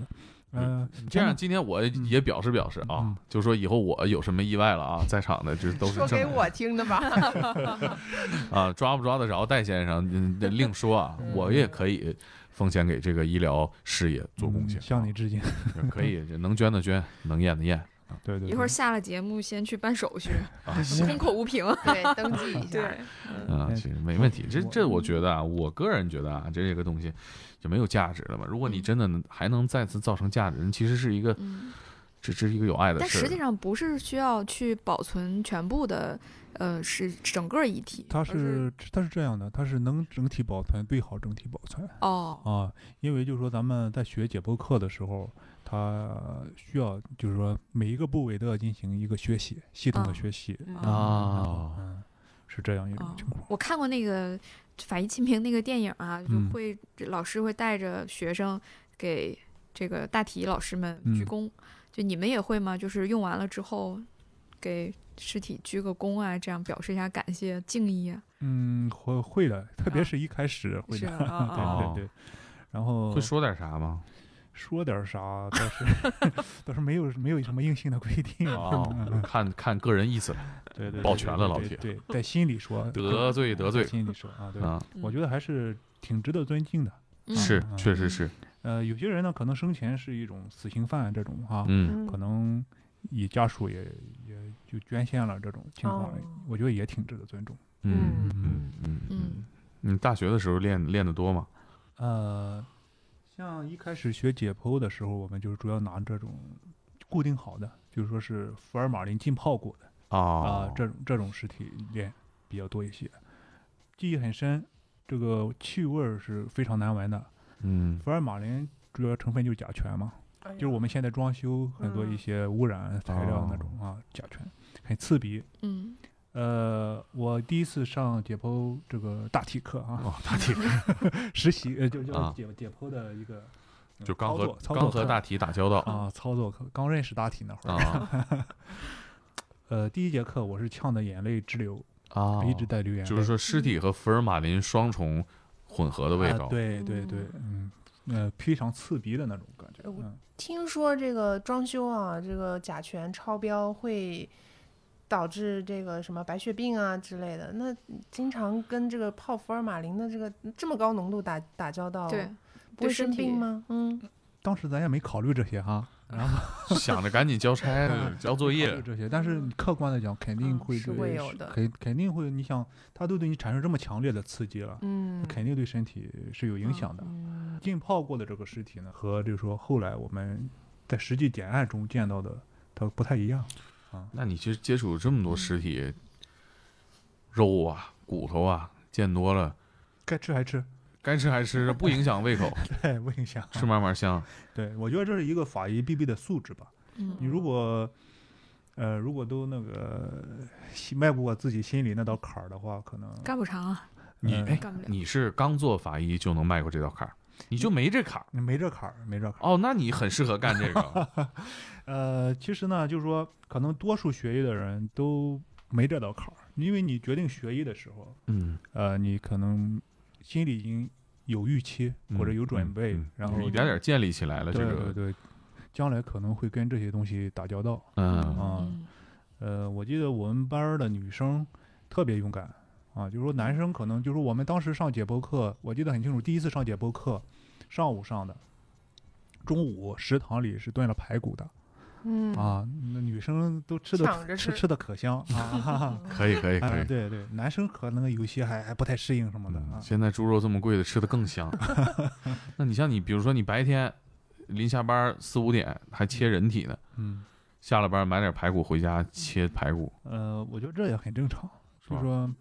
Speaker 7: 嗯，
Speaker 1: 这样今天我也表示表示啊
Speaker 7: 嗯，
Speaker 1: 就说以后我有什么意外了啊，在场的就是都是
Speaker 5: 说
Speaker 1: 证
Speaker 5: 给
Speaker 1: 人
Speaker 5: 我听的吧，
Speaker 1: 啊，抓不抓得着戴先生嗯得另说啊，我也可以奉献给这个医疗事业做贡献啊
Speaker 7: 嗯，向你致敬。
Speaker 1: 可 以能捐的捐，能验的验
Speaker 7: 对对，
Speaker 6: 一会儿
Speaker 7: 对
Speaker 6: 下了节目先去办手续，
Speaker 1: 啊。
Speaker 6: 空口
Speaker 7: 嗯
Speaker 6: 无凭。
Speaker 5: 对，登记一下。
Speaker 6: 对，
Speaker 1: 啊，
Speaker 7: 哎
Speaker 1: 其实没问题。这
Speaker 7: 我嗯
Speaker 1: 这，我觉得啊，我个人觉得啊，这这个东西就没有价值了嘛。如果你真的能还能再次造成价值，那其实是一个
Speaker 6: 嗯，
Speaker 1: 这这是一个有爱的
Speaker 6: 但
Speaker 1: 事
Speaker 6: 实
Speaker 1: 儿
Speaker 6: 际上不是需要去保存全部的，呃，是整个遗体。
Speaker 7: 它
Speaker 6: 而是
Speaker 7: 是它是这样的，它是能整体保存最好整体保存啊
Speaker 6: 哦，
Speaker 7: 啊，因为就是说咱们在学解剖课的时候，它需要就是说每一个部位都要进行一个学习，系统的
Speaker 6: 啊
Speaker 7: 学习
Speaker 6: 嗯
Speaker 1: 啊
Speaker 7: 嗯，是这样一种
Speaker 6: 哦
Speaker 7: 情况。
Speaker 6: 我看过那个法医秦明那个电影啊，就
Speaker 7: 嗯
Speaker 6: 会、老师会带着学生给这个大体老师们鞠
Speaker 7: 嗯
Speaker 6: 躬，就你们也会吗？就是用完了之后给尸体鞠个躬啊，这样表示一下感谢敬意啊，
Speaker 7: 嗯，会会的，特别
Speaker 6: 啊
Speaker 7: 是一开始会
Speaker 6: 是
Speaker 7: 的，
Speaker 6: 啊啊，啊
Speaker 1: 哦
Speaker 7: 对对对。然后
Speaker 1: 会说点啥吗？
Speaker 7: 说点啥倒是 倒是没有没有什么硬性的规定，嗯
Speaker 1: 哦，看看个人意思了
Speaker 7: 对对，对
Speaker 1: 抱拳了
Speaker 7: 嗯对
Speaker 1: 老
Speaker 7: 对
Speaker 1: 铁
Speaker 7: 对，在心里说，
Speaker 1: 得罪得罪
Speaker 7: 在心里说啊，对，
Speaker 1: 啊，
Speaker 7: 我觉得还是挺值得尊敬的。
Speaker 6: 嗯
Speaker 1: 是，
Speaker 7: 嗯
Speaker 1: 确实是，
Speaker 7: 呃，有些人呢，可能生前是一种死刑犯这种啊，
Speaker 1: 嗯，
Speaker 5: 嗯
Speaker 7: 可能以家属也也就捐献了这种情况，
Speaker 5: 哦
Speaker 7: 我觉得也挺值得尊重。
Speaker 1: 嗯
Speaker 5: 嗯
Speaker 1: 嗯嗯嗯
Speaker 6: 嗯，
Speaker 1: 你大学的时候练练的多吗？
Speaker 7: 呃，像一开始学解剖的时候，我们就是主要拿这种固定好的，就是说是福尔马林浸泡过的啊、
Speaker 1: 哦，
Speaker 7: 这种这种尸体练比较多一些，记忆很深，这个气味儿是非常难闻的。
Speaker 1: 嗯
Speaker 7: 福尔马林主要成分就是甲醛嘛，就是我们现在装修很多一
Speaker 5: 哎嗯
Speaker 7: 些污染材料那种
Speaker 1: 哦
Speaker 7: 啊，甲醛很刺鼻。
Speaker 6: 嗯，
Speaker 7: 呃，我第一次上解剖这个大体课啊，
Speaker 1: 哦，大体
Speaker 7: 实习呃就就
Speaker 1: 啊
Speaker 7: 解解剖的一个嗯
Speaker 1: 就刚
Speaker 7: 操
Speaker 1: 和
Speaker 7: 作操作
Speaker 1: 刚和
Speaker 7: 课
Speaker 1: 大体哦打交道
Speaker 7: 啊操作课，刚认识大体那 会儿，
Speaker 1: 啊
Speaker 7: 呃，第一节课我是呛的眼泪直流，
Speaker 1: 啊
Speaker 7: 一直在流眼泪，
Speaker 1: 就是说尸体和福尔马林双重混合的味
Speaker 7: 啊
Speaker 1: 道，
Speaker 7: 对对对，嗯，呃，非常刺鼻的那种感觉，
Speaker 5: 呃我
Speaker 7: 嗯，
Speaker 5: 听说这个装修啊，这个甲醛超标会导致这个什么白血病啊之类的。那经常跟这个泡福尔马林的这个这么高浓度打打交道，
Speaker 6: 对，，
Speaker 5: 不会
Speaker 6: 对身
Speaker 5: 生病
Speaker 6: 体
Speaker 5: 吗？嗯，
Speaker 7: 当时咱也没考虑这些哈，然后
Speaker 1: 想着赶紧交差
Speaker 7: 嗯
Speaker 1: 交作
Speaker 7: 考虑
Speaker 1: 业，
Speaker 7: 这些，但是你客观的讲，肯定
Speaker 5: 嗯
Speaker 7: 会
Speaker 5: 是
Speaker 7: 对
Speaker 5: 会有的
Speaker 7: 肯肯定会，你想，它都对你产生这么强烈的刺激了，
Speaker 5: 嗯，
Speaker 7: 肯定对身体是有影响的。浸泡过的这个尸体呢，和就是说后来我们在实际检案中见到的，它不太一样。
Speaker 1: 那你其实接触这么多尸体，肉啊、骨头啊，见多了，
Speaker 7: 该吃还吃，
Speaker 1: 该吃还吃，不影响胃口，
Speaker 7: 对，不影响。
Speaker 1: 吃嘛嘛香。
Speaker 7: 对，我觉得这是一个法医必备的素质吧。
Speaker 6: 嗯
Speaker 7: 你如果呃，如果都那个心迈不过自己心里那道坎儿的话，可能
Speaker 6: 干不长啊，
Speaker 1: 你
Speaker 7: 嗯
Speaker 1: 哎，
Speaker 6: 干不了，
Speaker 1: 你是刚做法医就能迈过这道坎儿，你就没这坎儿
Speaker 7: 没这坎儿，没这坎儿。
Speaker 1: 哦，那你很适合干这个
Speaker 7: 呃，其实呢，就是说，可能多数学医的人都没这道坎儿，因为你决定学医的时候，
Speaker 1: 嗯，
Speaker 7: 呃，你可能心里已经有预期
Speaker 1: 嗯，
Speaker 7: 或者有准备，
Speaker 1: 嗯嗯
Speaker 7: 然后
Speaker 1: 一点点建立起来了这
Speaker 7: 对
Speaker 1: 个
Speaker 7: 对，对，将来可能会跟这些东西打交道。
Speaker 1: 嗯
Speaker 7: 啊
Speaker 6: 嗯
Speaker 7: 呃，我记得我们班儿的女生特别勇敢啊，就是说男生可能就是我们当时上解剖课，我记得很清楚，第一次上解剖课，上午上的，中午食堂里是炖了排骨的。
Speaker 5: 嗯，
Speaker 7: 啊，那女生都吃的
Speaker 5: 抢着
Speaker 7: 吃
Speaker 5: 吃，
Speaker 7: 吃的可香啊
Speaker 1: 可以可以可
Speaker 7: 哎
Speaker 1: 以。
Speaker 7: 对对，男生可能有些还还不太适应什么的
Speaker 1: 嗯
Speaker 7: 啊，
Speaker 1: 现在猪肉这么贵的，吃的更 香。那你像你，比如说你白天临下班四五点还切人体呢，
Speaker 7: 嗯
Speaker 1: 下了班买点排骨回家切排骨，
Speaker 7: 呃，我觉得这也很正常，
Speaker 1: 是
Speaker 7: 就
Speaker 1: 吧
Speaker 7: 是？说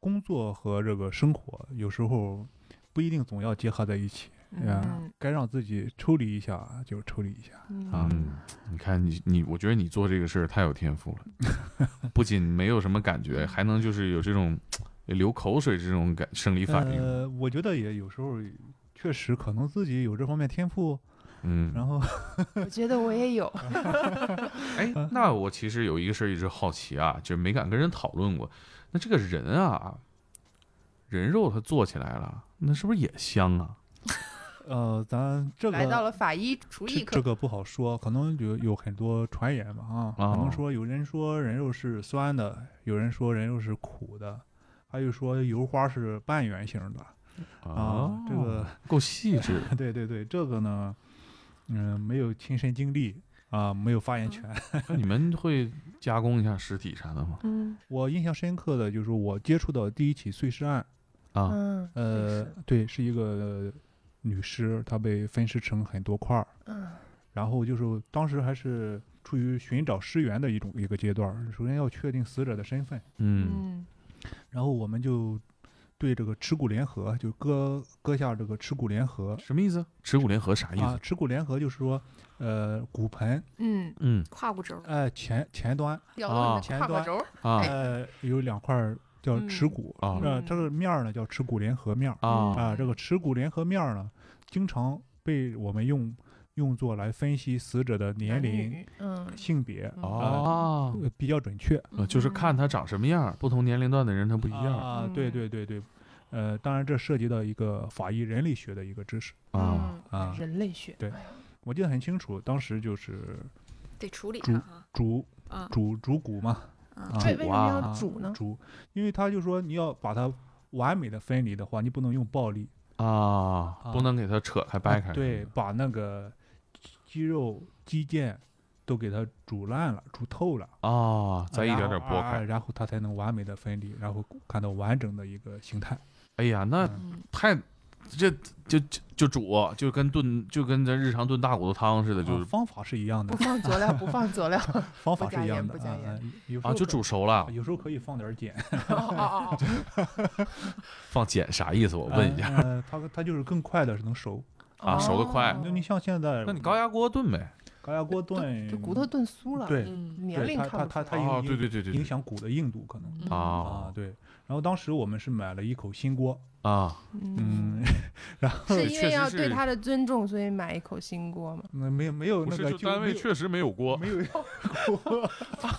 Speaker 7: 工作和这个生活有时候不一定总要结合在一起，啊
Speaker 5: 嗯，
Speaker 7: 该让自己抽离一下就抽离一下，
Speaker 1: 啊
Speaker 5: 嗯，
Speaker 1: 你看你你，我觉得你做这个事儿太有天赋了， 不仅没有什么感觉，还能就是有这种流口水这种感生理反应。
Speaker 7: 呃，我觉得也有时候确实可能自己有这方面天赋，
Speaker 1: 嗯，
Speaker 7: 然后
Speaker 5: 我觉得我也有，
Speaker 1: 哎， 那我其实有一个事儿一直好奇啊，就是没敢跟人讨论过。那这个人啊，人肉他做起来了，那是不是也香啊？
Speaker 7: 呃，咱这个
Speaker 5: 来到了法医厨
Speaker 7: 这
Speaker 5: 艺
Speaker 7: 这
Speaker 5: 课，
Speaker 7: 个不好说，可能有有很多传言嘛啊，
Speaker 1: 哦
Speaker 7: 可能说有人说人肉是酸的，有人说人肉是苦的，还有说油花是半圆形的
Speaker 1: 哦
Speaker 7: 啊。这个，
Speaker 1: 够细致。
Speaker 7: 对对对，这个呢，嗯、没有亲身经历啊，没有发言权。
Speaker 1: 那你们会加工一下尸体啥的吗？
Speaker 5: 嗯
Speaker 7: 我印象深刻的就是我接触到第一起碎尸案，
Speaker 1: 啊，
Speaker 5: 嗯
Speaker 7: 呃，对，是一个女尸，她被分尸成很多块儿，
Speaker 5: 嗯
Speaker 7: 然后就是当时还是处于寻找尸源的一种一个阶段儿，首先要确定死者的身份，
Speaker 1: 嗯
Speaker 5: 嗯
Speaker 7: 然后我们就对这个持股联合就割割下这个持股联合
Speaker 1: 什么意思？持股联合啥意思？
Speaker 7: 啊，持股联合就是说，呃，骨盆
Speaker 5: 嗯，
Speaker 1: 嗯
Speaker 6: 胯骨轴，
Speaker 7: 呃前前端
Speaker 5: 咬了
Speaker 1: 啊
Speaker 5: 你的胯骨轴，
Speaker 1: 啊
Speaker 7: 呃有两块儿叫持骨，
Speaker 1: 嗯啊
Speaker 7: 呃这个面儿呢叫持骨联合面儿
Speaker 1: 啊
Speaker 7: 啊，这个持骨联合面儿呢，经常被我们用用作来分析死者的年
Speaker 5: 男
Speaker 7: 龄、
Speaker 5: 女，嗯，
Speaker 7: 性别，
Speaker 5: 嗯
Speaker 1: 哦，
Speaker 7: 呃比较准确。
Speaker 1: 呃就是看他长什么样儿，不同年龄段的人他不一样
Speaker 7: 啊，
Speaker 5: 嗯
Speaker 7: 对对对对，呃，当然这涉及到一个法医人类学的一个知识。
Speaker 1: 啊。
Speaker 5: 嗯
Speaker 7: 啊
Speaker 5: 人类学，哎
Speaker 7: 对我记得很清楚，当时就是
Speaker 5: 嗯
Speaker 6: 得处理
Speaker 7: 猪
Speaker 6: 它啊
Speaker 7: 主
Speaker 6: 啊
Speaker 7: 主主骨嘛，
Speaker 6: 啊
Speaker 7: 啊
Speaker 5: 为为什么要
Speaker 7: 啊
Speaker 5: 煮 呢？
Speaker 7: 主，因为他就说你要把它完美的分离的话，你不能用暴力
Speaker 1: 啊，
Speaker 7: 啊
Speaker 1: 不能给他扯开掰开。
Speaker 7: 对，，把那个肌肉肌腱都给它煮烂了、煮透了，
Speaker 1: 啊，再一点点剥
Speaker 7: 然后啊
Speaker 1: 开。
Speaker 7: 然后它才能完美的分离，然后看到完整的一个形态。
Speaker 1: 哎呀，那
Speaker 7: 嗯
Speaker 6: 嗯
Speaker 1: 太这就就就煮，就跟炖就跟咱日常炖大骨头汤似的，就
Speaker 7: 啊
Speaker 1: 是
Speaker 7: 方法是一样的
Speaker 5: 不，放佐料，不放佐料。
Speaker 7: 方法是一样的
Speaker 5: 不加盐
Speaker 7: 啊
Speaker 5: 不加
Speaker 7: 啊有时
Speaker 1: 啊
Speaker 7: 候
Speaker 1: 就
Speaker 7: 可
Speaker 1: 煮熟了，
Speaker 7: 有时候可以放点儿碱，
Speaker 5: 哦哦哦哦，
Speaker 1: 放碱啥意思？我问一下
Speaker 7: 呃，呃它它就是更快的是能熟。
Speaker 5: 哦
Speaker 1: 啊，熟的快。
Speaker 7: 那你像现在，
Speaker 1: 那你高压锅炖呗。
Speaker 7: 高压锅炖
Speaker 5: 就骨头炖酥了，
Speaker 7: 对
Speaker 6: 嗯
Speaker 5: 年
Speaker 7: 对
Speaker 5: 龄
Speaker 7: 它
Speaker 5: 看不出
Speaker 7: 它
Speaker 5: 来。
Speaker 7: 它
Speaker 1: 哦，
Speaker 7: 影
Speaker 1: 对对对对
Speaker 7: 影
Speaker 1: 对，
Speaker 7: 响骨的硬度可能
Speaker 6: 嗯
Speaker 1: 啊
Speaker 7: 啊，对。然后当时我们是买了一口新锅，
Speaker 1: 啊，
Speaker 7: 嗯，
Speaker 5: 是因
Speaker 1: 确实
Speaker 5: 为要
Speaker 1: 是
Speaker 5: 对他的尊重，所以买一口新锅嘛。
Speaker 7: 那没有没有
Speaker 1: 不
Speaker 7: 那
Speaker 1: 是，
Speaker 7: 个
Speaker 1: 就单位
Speaker 7: 没有
Speaker 1: 确实没有锅，
Speaker 7: 没有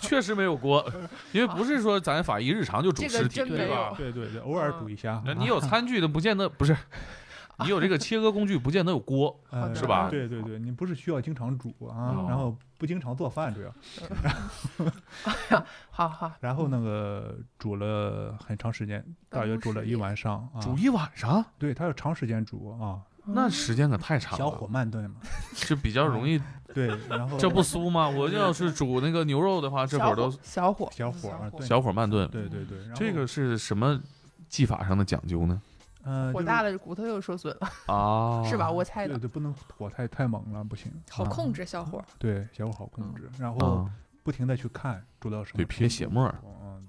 Speaker 1: 确实没有锅，因为不是说咱法医日常就煮
Speaker 5: 这个
Speaker 1: 尸体，
Speaker 5: 真没
Speaker 1: 对
Speaker 5: 有
Speaker 1: 吧？
Speaker 7: 对对对，偶尔
Speaker 5: 嗯
Speaker 7: 煮一下。啊
Speaker 1: 那你有餐具的，不见得不是，你有这个切割工具，不见得有锅
Speaker 7: 呃
Speaker 1: 嗯是吧
Speaker 7: 对对对，你不是需要经常煮啊
Speaker 1: 嗯，
Speaker 7: 然后不经常做饭主要，
Speaker 5: 好好，
Speaker 7: 然后那个煮了很长时间，大约煮了一晚上啊。
Speaker 1: 煮一晚上，
Speaker 7: 对，它要长时间煮啊，
Speaker 1: 那
Speaker 5: 嗯
Speaker 1: 时间可太长
Speaker 7: 小火
Speaker 1: 了，
Speaker 7: 啊慢炖嘛。
Speaker 1: 这比较容易，
Speaker 7: 对，然后
Speaker 1: 这不酥吗？我要是煮那个牛肉的
Speaker 7: 啊
Speaker 1: 话，这会
Speaker 5: 小
Speaker 1: 儿都
Speaker 5: 小火
Speaker 7: 小火啊儿炖，
Speaker 1: 小火慢炖，
Speaker 7: 对对对。然后
Speaker 1: 这个是什么技法上的讲究呢？
Speaker 7: 呃，
Speaker 5: 火
Speaker 7: 就是
Speaker 5: 大了，骨头又受损了，
Speaker 1: 啊，
Speaker 5: 是吧？？我猜
Speaker 7: 对
Speaker 5: 的。
Speaker 7: 对，不能火太太猛了，不行。
Speaker 6: 好
Speaker 7: 啊
Speaker 6: 控制小伙儿，
Speaker 7: 对，小火好控
Speaker 5: 嗯
Speaker 7: 制，然后
Speaker 1: 啊，
Speaker 7: 不停的去看煮到什么
Speaker 1: 对，
Speaker 7: 程度。
Speaker 1: 撇血沫儿
Speaker 7: 嗯。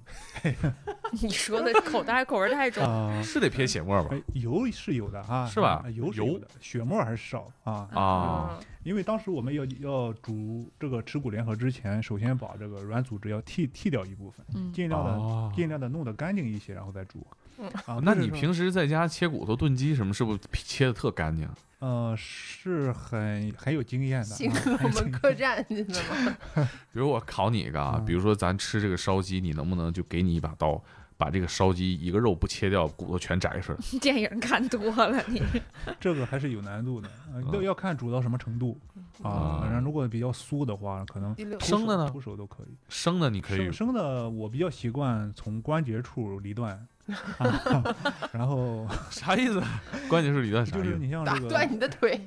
Speaker 6: 你说的口袋口味太重
Speaker 7: 嗯，啊，
Speaker 1: 是得撇血沫儿吧？
Speaker 7: 哎油是有的啊，
Speaker 1: 是吧
Speaker 7: 啊油是
Speaker 1: 油
Speaker 7: 有的，血沫还是少啊。
Speaker 5: 嗯
Speaker 1: 啊，
Speaker 7: 因为当时我们要要煮这个持骨联合之前，首先把这个软组织要剔剔掉一部分，
Speaker 6: 嗯，
Speaker 7: 尽量的、
Speaker 1: 啊
Speaker 7: 尽量的弄得干净一些，然后再煮。
Speaker 5: 嗯
Speaker 7: 啊，
Speaker 1: 哦那
Speaker 7: 或者
Speaker 1: 你
Speaker 7: 说
Speaker 1: 平时在家切骨头、炖鸡什么，是不是切的特干净？
Speaker 7: 呃是很很有经验的
Speaker 5: 进
Speaker 7: 啊，
Speaker 5: 入我们客栈，你知道吗？
Speaker 1: 比如我考你一个啊，
Speaker 7: 嗯
Speaker 1: 比如说咱吃这个烧鸡，你能不能就给你一把刀，把这个烧鸡一个肉不切掉，骨头全摘出来？
Speaker 6: 电影看多了 你，
Speaker 7: 这个还是有难度的，呃
Speaker 1: 嗯
Speaker 7: 都、要看煮到什么程度
Speaker 1: 嗯
Speaker 7: 啊。然后如果比较酥的话，可能
Speaker 5: 第六
Speaker 7: 徒
Speaker 1: 生的
Speaker 7: 手
Speaker 1: 呢
Speaker 7: 徒手都可以。
Speaker 1: 生的你可以
Speaker 7: 生，生的我比较习惯从关节处离断，啊、然后
Speaker 1: 啥意思？关键是里段啥
Speaker 7: 就
Speaker 1: 意
Speaker 7: 是
Speaker 1: 思？
Speaker 7: 你像
Speaker 5: 打
Speaker 7: 这个
Speaker 5: 断你的腿，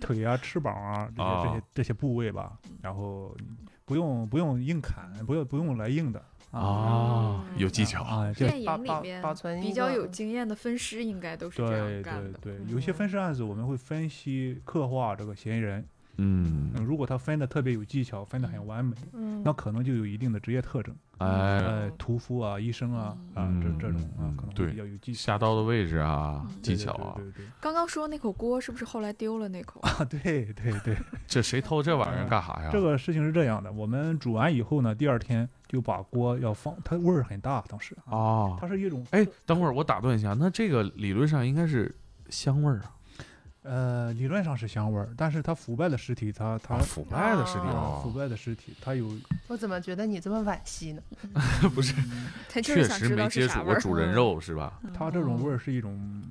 Speaker 7: 腿啊、翅膀啊这
Speaker 1: 啊
Speaker 7: 些这些这些部位吧，然后你不用不用硬砍，不用不用来硬的
Speaker 1: 啊，有技巧。
Speaker 7: 啊，这
Speaker 6: 电
Speaker 5: 保
Speaker 6: 影里
Speaker 5: 保
Speaker 6: 面
Speaker 5: 保存
Speaker 6: 比
Speaker 5: 一
Speaker 6: 较
Speaker 5: 个
Speaker 6: 有经验的分尸应该都是这样
Speaker 7: 对
Speaker 6: 干
Speaker 7: 对
Speaker 6: 的，嗯
Speaker 7: 对，有些分尸案子我们会分析刻画这个嫌疑人，
Speaker 1: 嗯，
Speaker 7: 嗯如果他分的特别有技巧，分的很完美，
Speaker 5: 嗯
Speaker 7: 那可能就有一定的职业特征，
Speaker 1: 哎，
Speaker 7: 呃，屠夫啊、医生啊啊这
Speaker 1: 嗯
Speaker 7: 这种啊
Speaker 1: 嗯，
Speaker 7: 可能会
Speaker 1: 对
Speaker 7: 比较有技巧。
Speaker 1: 下刀的位置啊，
Speaker 6: 嗯
Speaker 1: 技
Speaker 7: 对
Speaker 1: 巧啊
Speaker 7: 对，对对对
Speaker 6: 刚刚说那口锅是不是后来丢了那口？
Speaker 7: 啊，对对对，
Speaker 1: 这谁偷这
Speaker 6: 嗯
Speaker 1: 玩意儿干啥呀？
Speaker 7: 这个事情是这样的，我们煮完以后呢，第二天就把锅要放，它味儿很大，当时啊，
Speaker 1: 啊，
Speaker 7: 它是一种
Speaker 1: 哎，等会儿我打断一下，那这个理论上应该是香味儿啊，
Speaker 7: 呃，理论上是香味儿，但是它腐败的尸体，它它、
Speaker 1: 啊腐败的尸体啊
Speaker 7: 啊腐，败的尸体，它有
Speaker 5: 我怎么觉得你这么惋惜呢？
Speaker 1: 不是，
Speaker 6: 他哎就
Speaker 1: 确
Speaker 6: 是想
Speaker 1: 实
Speaker 6: 知
Speaker 1: 没
Speaker 6: 道
Speaker 1: 接
Speaker 6: 是
Speaker 1: 触
Speaker 6: 啥
Speaker 1: 过
Speaker 6: 味儿。
Speaker 1: 煮人肉是吧？
Speaker 6: 嗯
Speaker 7: 它这种味儿是一种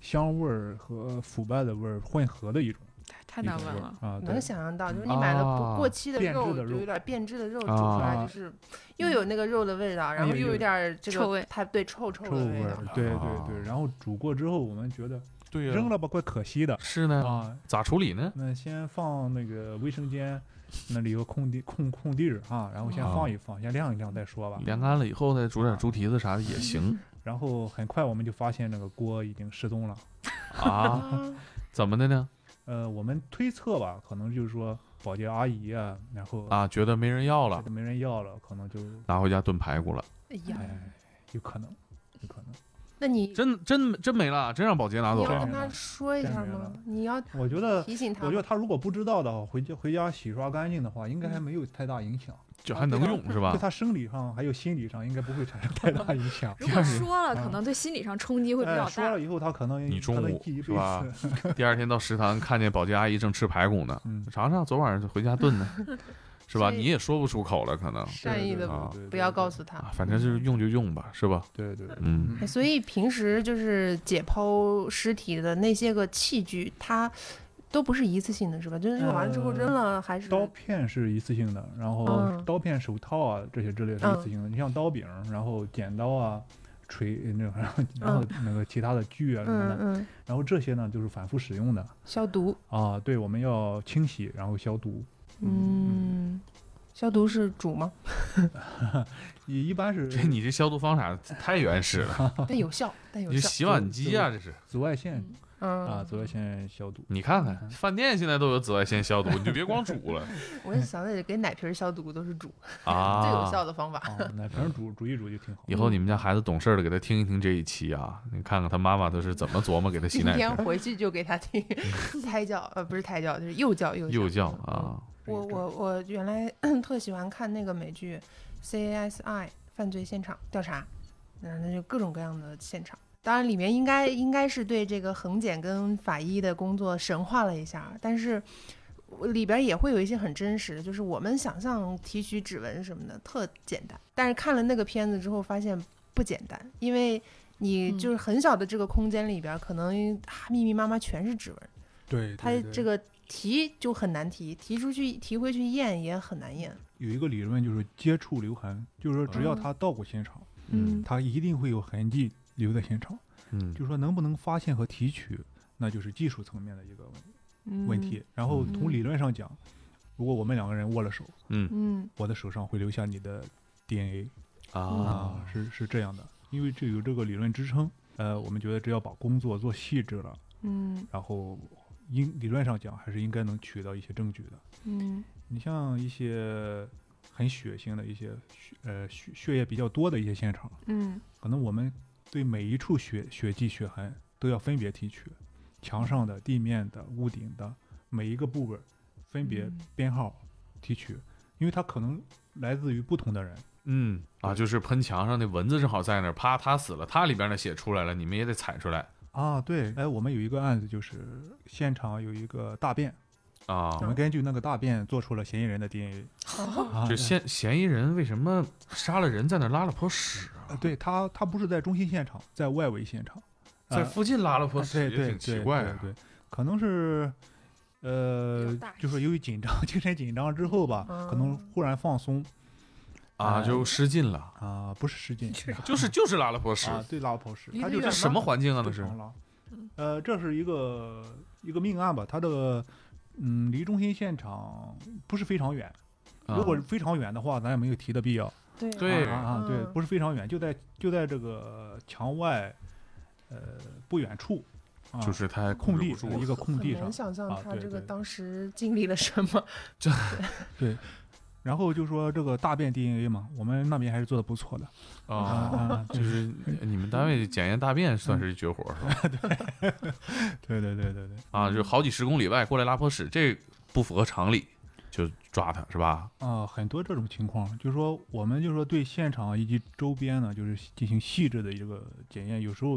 Speaker 7: 香味儿和腐败的味儿混合的一种
Speaker 6: 太太
Speaker 7: 一
Speaker 6: 难
Speaker 7: 种
Speaker 6: 闻
Speaker 7: 味儿
Speaker 6: 了，
Speaker 7: 啊，对
Speaker 5: 能想象到，就是你买了
Speaker 1: 啊
Speaker 5: 不过期的
Speaker 7: 变质
Speaker 5: 肉，
Speaker 7: 的肉
Speaker 5: 有点变质的肉煮出来，
Speaker 7: 啊
Speaker 5: 就是又有那个肉的味道，然后
Speaker 7: 哎
Speaker 5: 又有点这个
Speaker 6: 臭味。
Speaker 5: 它对臭臭
Speaker 7: 臭
Speaker 5: 的
Speaker 7: 味
Speaker 5: 道
Speaker 7: 儿。，对
Speaker 1: 啊
Speaker 7: 对对。然后煮过之后，我们觉得
Speaker 1: 对啊
Speaker 7: 扔了吧，怪可惜的
Speaker 1: 是呢，
Speaker 7: 啊。
Speaker 1: 咋处理呢？
Speaker 7: 那先放那个卫生间那里有个空地空空地儿啊，然后先
Speaker 1: 啊嗯
Speaker 7: 放一放，先晾一晾再说吧。
Speaker 1: 晾干了以后再煮点猪蹄子啥的也行
Speaker 7: 然后很快我们就发现那个锅已经失踪了。
Speaker 1: 啊？怎么的呢？
Speaker 7: 呃，我们推测吧，可能就是说保洁阿姨啊，然后
Speaker 1: 啊，觉得没人要
Speaker 7: 觉
Speaker 1: 了，
Speaker 7: 得没人要了，可能就
Speaker 1: 拿回家炖排骨了。
Speaker 5: 哎呀，
Speaker 7: 哎，有可能，有可能。
Speaker 5: 那你
Speaker 1: 真真真没了，真让保洁拿
Speaker 5: 你
Speaker 1: 走
Speaker 5: 要
Speaker 7: 了
Speaker 5: 跟
Speaker 1: 了。
Speaker 5: 他说一
Speaker 7: 真
Speaker 5: 下
Speaker 7: 没
Speaker 5: 吗
Speaker 7: 了？
Speaker 5: 你要
Speaker 7: 我觉得，
Speaker 5: 提醒他
Speaker 7: 我
Speaker 5: 吗，
Speaker 7: 觉得他如果不知道的话，回家回家洗刷干净的话，应该还没有太大影响，
Speaker 1: 这还能用是吧
Speaker 7: 对？他生理上还有心理上应该不会产生太大影响
Speaker 6: 如果说了，
Speaker 7: 嗯
Speaker 6: 可能对心理上冲击会比
Speaker 7: 哎
Speaker 6: 较
Speaker 7: 说
Speaker 6: 大
Speaker 7: 了。以后，他可能
Speaker 1: 你中
Speaker 7: 可能
Speaker 1: 午
Speaker 7: 记一辈
Speaker 1: 是吧
Speaker 7: 子
Speaker 1: 第二天到食堂看见保洁阿姨正吃排骨呢，
Speaker 7: 嗯，
Speaker 1: 尝尝昨晚回家 炖的，是吧？
Speaker 5: 所以
Speaker 1: 你也说不出口了，可能
Speaker 5: 善意的
Speaker 1: 啊
Speaker 5: 不要告诉他。
Speaker 1: 啊，反正就是用就用吧，是吧？
Speaker 7: 对对对，
Speaker 1: 嗯，
Speaker 5: 哎所以平时就是解剖尸体的那些个器具，它都不是一次性的，是吧？就是用完了之后
Speaker 7: 呃
Speaker 5: 扔了，还是
Speaker 7: 刀片是一次性的，然后
Speaker 5: 嗯
Speaker 7: 刀片、手套啊这些之类是一次性的。你像刀柄，然后剪刀啊、锤那个，然 后然后那个其他的锯啊什么
Speaker 5: 嗯
Speaker 7: 的，
Speaker 5: 嗯
Speaker 7: 然后这些呢就是反复使用的
Speaker 5: 消毒，
Speaker 7: 啊。对，我们要清洗，然后消毒。
Speaker 5: 嗯，消毒是煮吗？
Speaker 7: 一一般是
Speaker 1: 这你这消毒方法太原始了，
Speaker 5: 但有效，但有
Speaker 1: 你这
Speaker 5: 效，
Speaker 1: 洗碗机啊，这是。
Speaker 7: 紫外线
Speaker 5: 嗯
Speaker 7: 啊， 紫外线消毒。
Speaker 1: 你看看，饭店现在都有紫外线消毒，你就别光煮 了
Speaker 5: 我就想着给奶瓶消毒都是煮，
Speaker 1: 啊！
Speaker 5: 最有效的方法。
Speaker 7: 啊，奶瓶煮煮一煮就挺好。
Speaker 1: 以后你们家孩子懂事儿了，给他听一听这一期啊，你看看他妈妈都是怎么琢磨给他洗
Speaker 5: 今
Speaker 1: 奶
Speaker 5: 天
Speaker 1: 瓶，
Speaker 5: 回去就给他听 胎教，呃，不是胎教，就是幼教，幼
Speaker 1: 幼教
Speaker 5: 嗯
Speaker 1: 啊，
Speaker 5: 我我我原来 特喜欢看那个美剧《CSI 犯罪现场调查》，嗯，那就各种各样的现场。当然，里面应该应该是对这个横检跟法医的工作神化了一下，但是我里边也会有一些很真实的，就是我们想象提取指纹什么的特简单，但是看了那个片子之后发现不简单，因为你
Speaker 6: 嗯
Speaker 5: 就是很小的这个空间里边，可能、啊密密麻麻全是指纹。
Speaker 7: 对，
Speaker 5: 它这个提就很难提，提出去提回去验也很难验。
Speaker 7: 有一个理论就是接触留痕，就是说只要他到过现场，
Speaker 1: 嗯
Speaker 7: 他一定会有痕迹留在现场。
Speaker 1: 嗯
Speaker 7: 就说能不能发现和提取，那就是技术层面的一个问
Speaker 6: 嗯
Speaker 7: 问
Speaker 1: 嗯
Speaker 7: 题。然后从理论上讲，如果我们两个人握了手，
Speaker 1: 嗯
Speaker 5: 嗯，
Speaker 7: 我的手上会留下你的 DNA
Speaker 1: 啊
Speaker 7: 啊，，是是这样的，因为这有这个理论支撑。呃，我们觉得只要把工作做细致了，
Speaker 5: 嗯
Speaker 7: 然后应理论上讲还是应该能取到一些证据的。
Speaker 5: 嗯
Speaker 7: 你像一些很血腥的一些血呃血血液比较多的一些现场，
Speaker 5: 嗯
Speaker 7: 可能我们对每一处血血迹、血痕都要分别提取，墙上的、地面的、屋顶的每一个部位分别编号提取，因为它可能来自于不同的人。
Speaker 1: 嗯啊，就是喷墙上那蚊子正好在那儿，啪，它死了，它里边的血出来了，你们也得采出来
Speaker 7: 啊，对，哎，我们有一个案子，就是现场有一个大便，
Speaker 1: 啊
Speaker 7: 我。们根据那个大便做出了嫌疑人的 DNA。啊
Speaker 1: 这嫌嫌疑人为什么杀了人在那儿拉了泼屎啊？
Speaker 7: 呃对他，他不是在中心现场，在外围现场，呃
Speaker 1: 在附近拉了泼
Speaker 7: 啊对
Speaker 1: 屎也
Speaker 7: 对
Speaker 1: 挺奇
Speaker 7: 对
Speaker 1: 怪
Speaker 7: 对
Speaker 1: 啊。
Speaker 7: 对，可能是，
Speaker 6: 比
Speaker 7: 呃
Speaker 6: 较大，
Speaker 7: 就是由于紧张、 精神紧张之后吧，可能忽然放松
Speaker 1: 啊，就失禁了，
Speaker 7: 哎啊，不是失禁
Speaker 1: 就是就是拉了泼屎，
Speaker 7: 啊，对拉泡屎，
Speaker 5: 离
Speaker 7: 他
Speaker 5: 得
Speaker 7: 就
Speaker 5: 远嗯
Speaker 1: 这
Speaker 7: 是
Speaker 1: 什么环境啊？
Speaker 7: 不
Speaker 1: 那是
Speaker 7: 成了。呃，这是一个一个命案吧，他的嗯离中心现场不是非常远，
Speaker 1: 啊
Speaker 7: 如果是非常远的话，咱也没有提的必要。
Speaker 5: 对
Speaker 1: 对
Speaker 7: 啊啊，对，
Speaker 5: 嗯
Speaker 7: 不是非常远，就在就在这个墙外，呃不远处，啊
Speaker 1: 就是他控
Speaker 7: 空
Speaker 1: 制
Speaker 7: 地
Speaker 1: 不住
Speaker 7: 一个空
Speaker 5: 很
Speaker 7: 地上
Speaker 5: 难，想象
Speaker 7: 啊
Speaker 5: 他
Speaker 7: 对
Speaker 5: 这个
Speaker 7: 对
Speaker 5: 当时经历了什么。
Speaker 7: 然后就说这个大便 DNA 嘛，我们那边还是做的不错的
Speaker 1: 啊。
Speaker 7: 啊，
Speaker 1: 就
Speaker 7: 对
Speaker 1: 是你们单位检验大便算是一绝活是吧？
Speaker 7: 对对对对对，
Speaker 1: 啊，就好几十公里外过来拉泼屎，这不符合常理，就抓他是吧？
Speaker 7: 啊，很多这种情况，就是说我们就是说对现场以及周边呢，就是进行细致的一个检验，有时候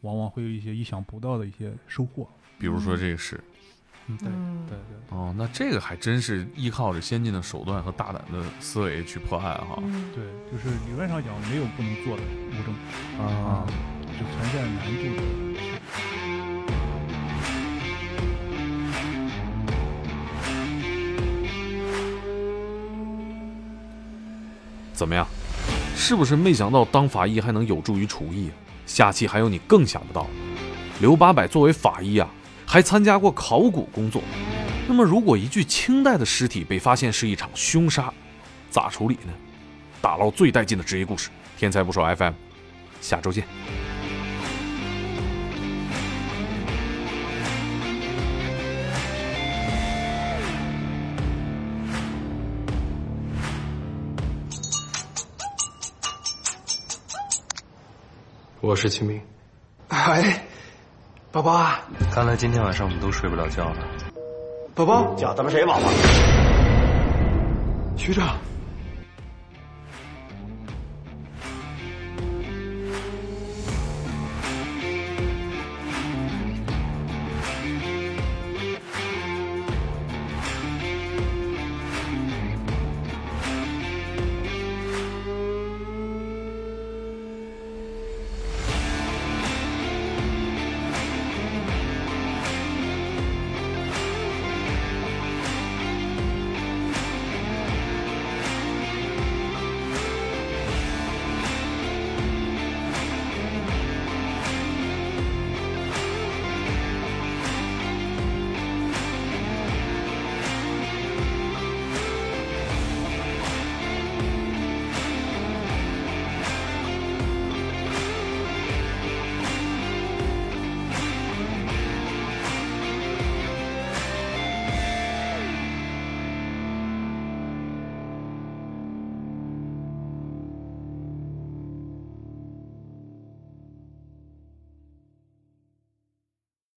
Speaker 7: 往往会有一些意想不到的一些收获。
Speaker 1: 比如说这个事
Speaker 7: 嗯，对
Speaker 5: 嗯
Speaker 7: 对对，
Speaker 1: 哦，那这个还真是依靠着先进的手段和大胆的思维去破案哈。
Speaker 5: 嗯
Speaker 7: 对，就是理论上讲没有不能做的物证
Speaker 1: 啊
Speaker 7: 只存在难度的。
Speaker 1: 怎么样？是不是没想到当法医还能有助于厨艺啊？下期还有你更想不到。刘八百作为法医啊，还参加过考古工作。那么，如果一具清代的尸体被发现是一场凶杀，咋处理呢？打捞最带劲的职业故事，天才捕手 FM，下周见。
Speaker 4: 我是秦明，
Speaker 8: 哎，宝宝啊，
Speaker 4: 看来今天晚上我们都睡不了觉了。
Speaker 8: 宝宝，
Speaker 9: 叫他们谁往我？
Speaker 8: 学长，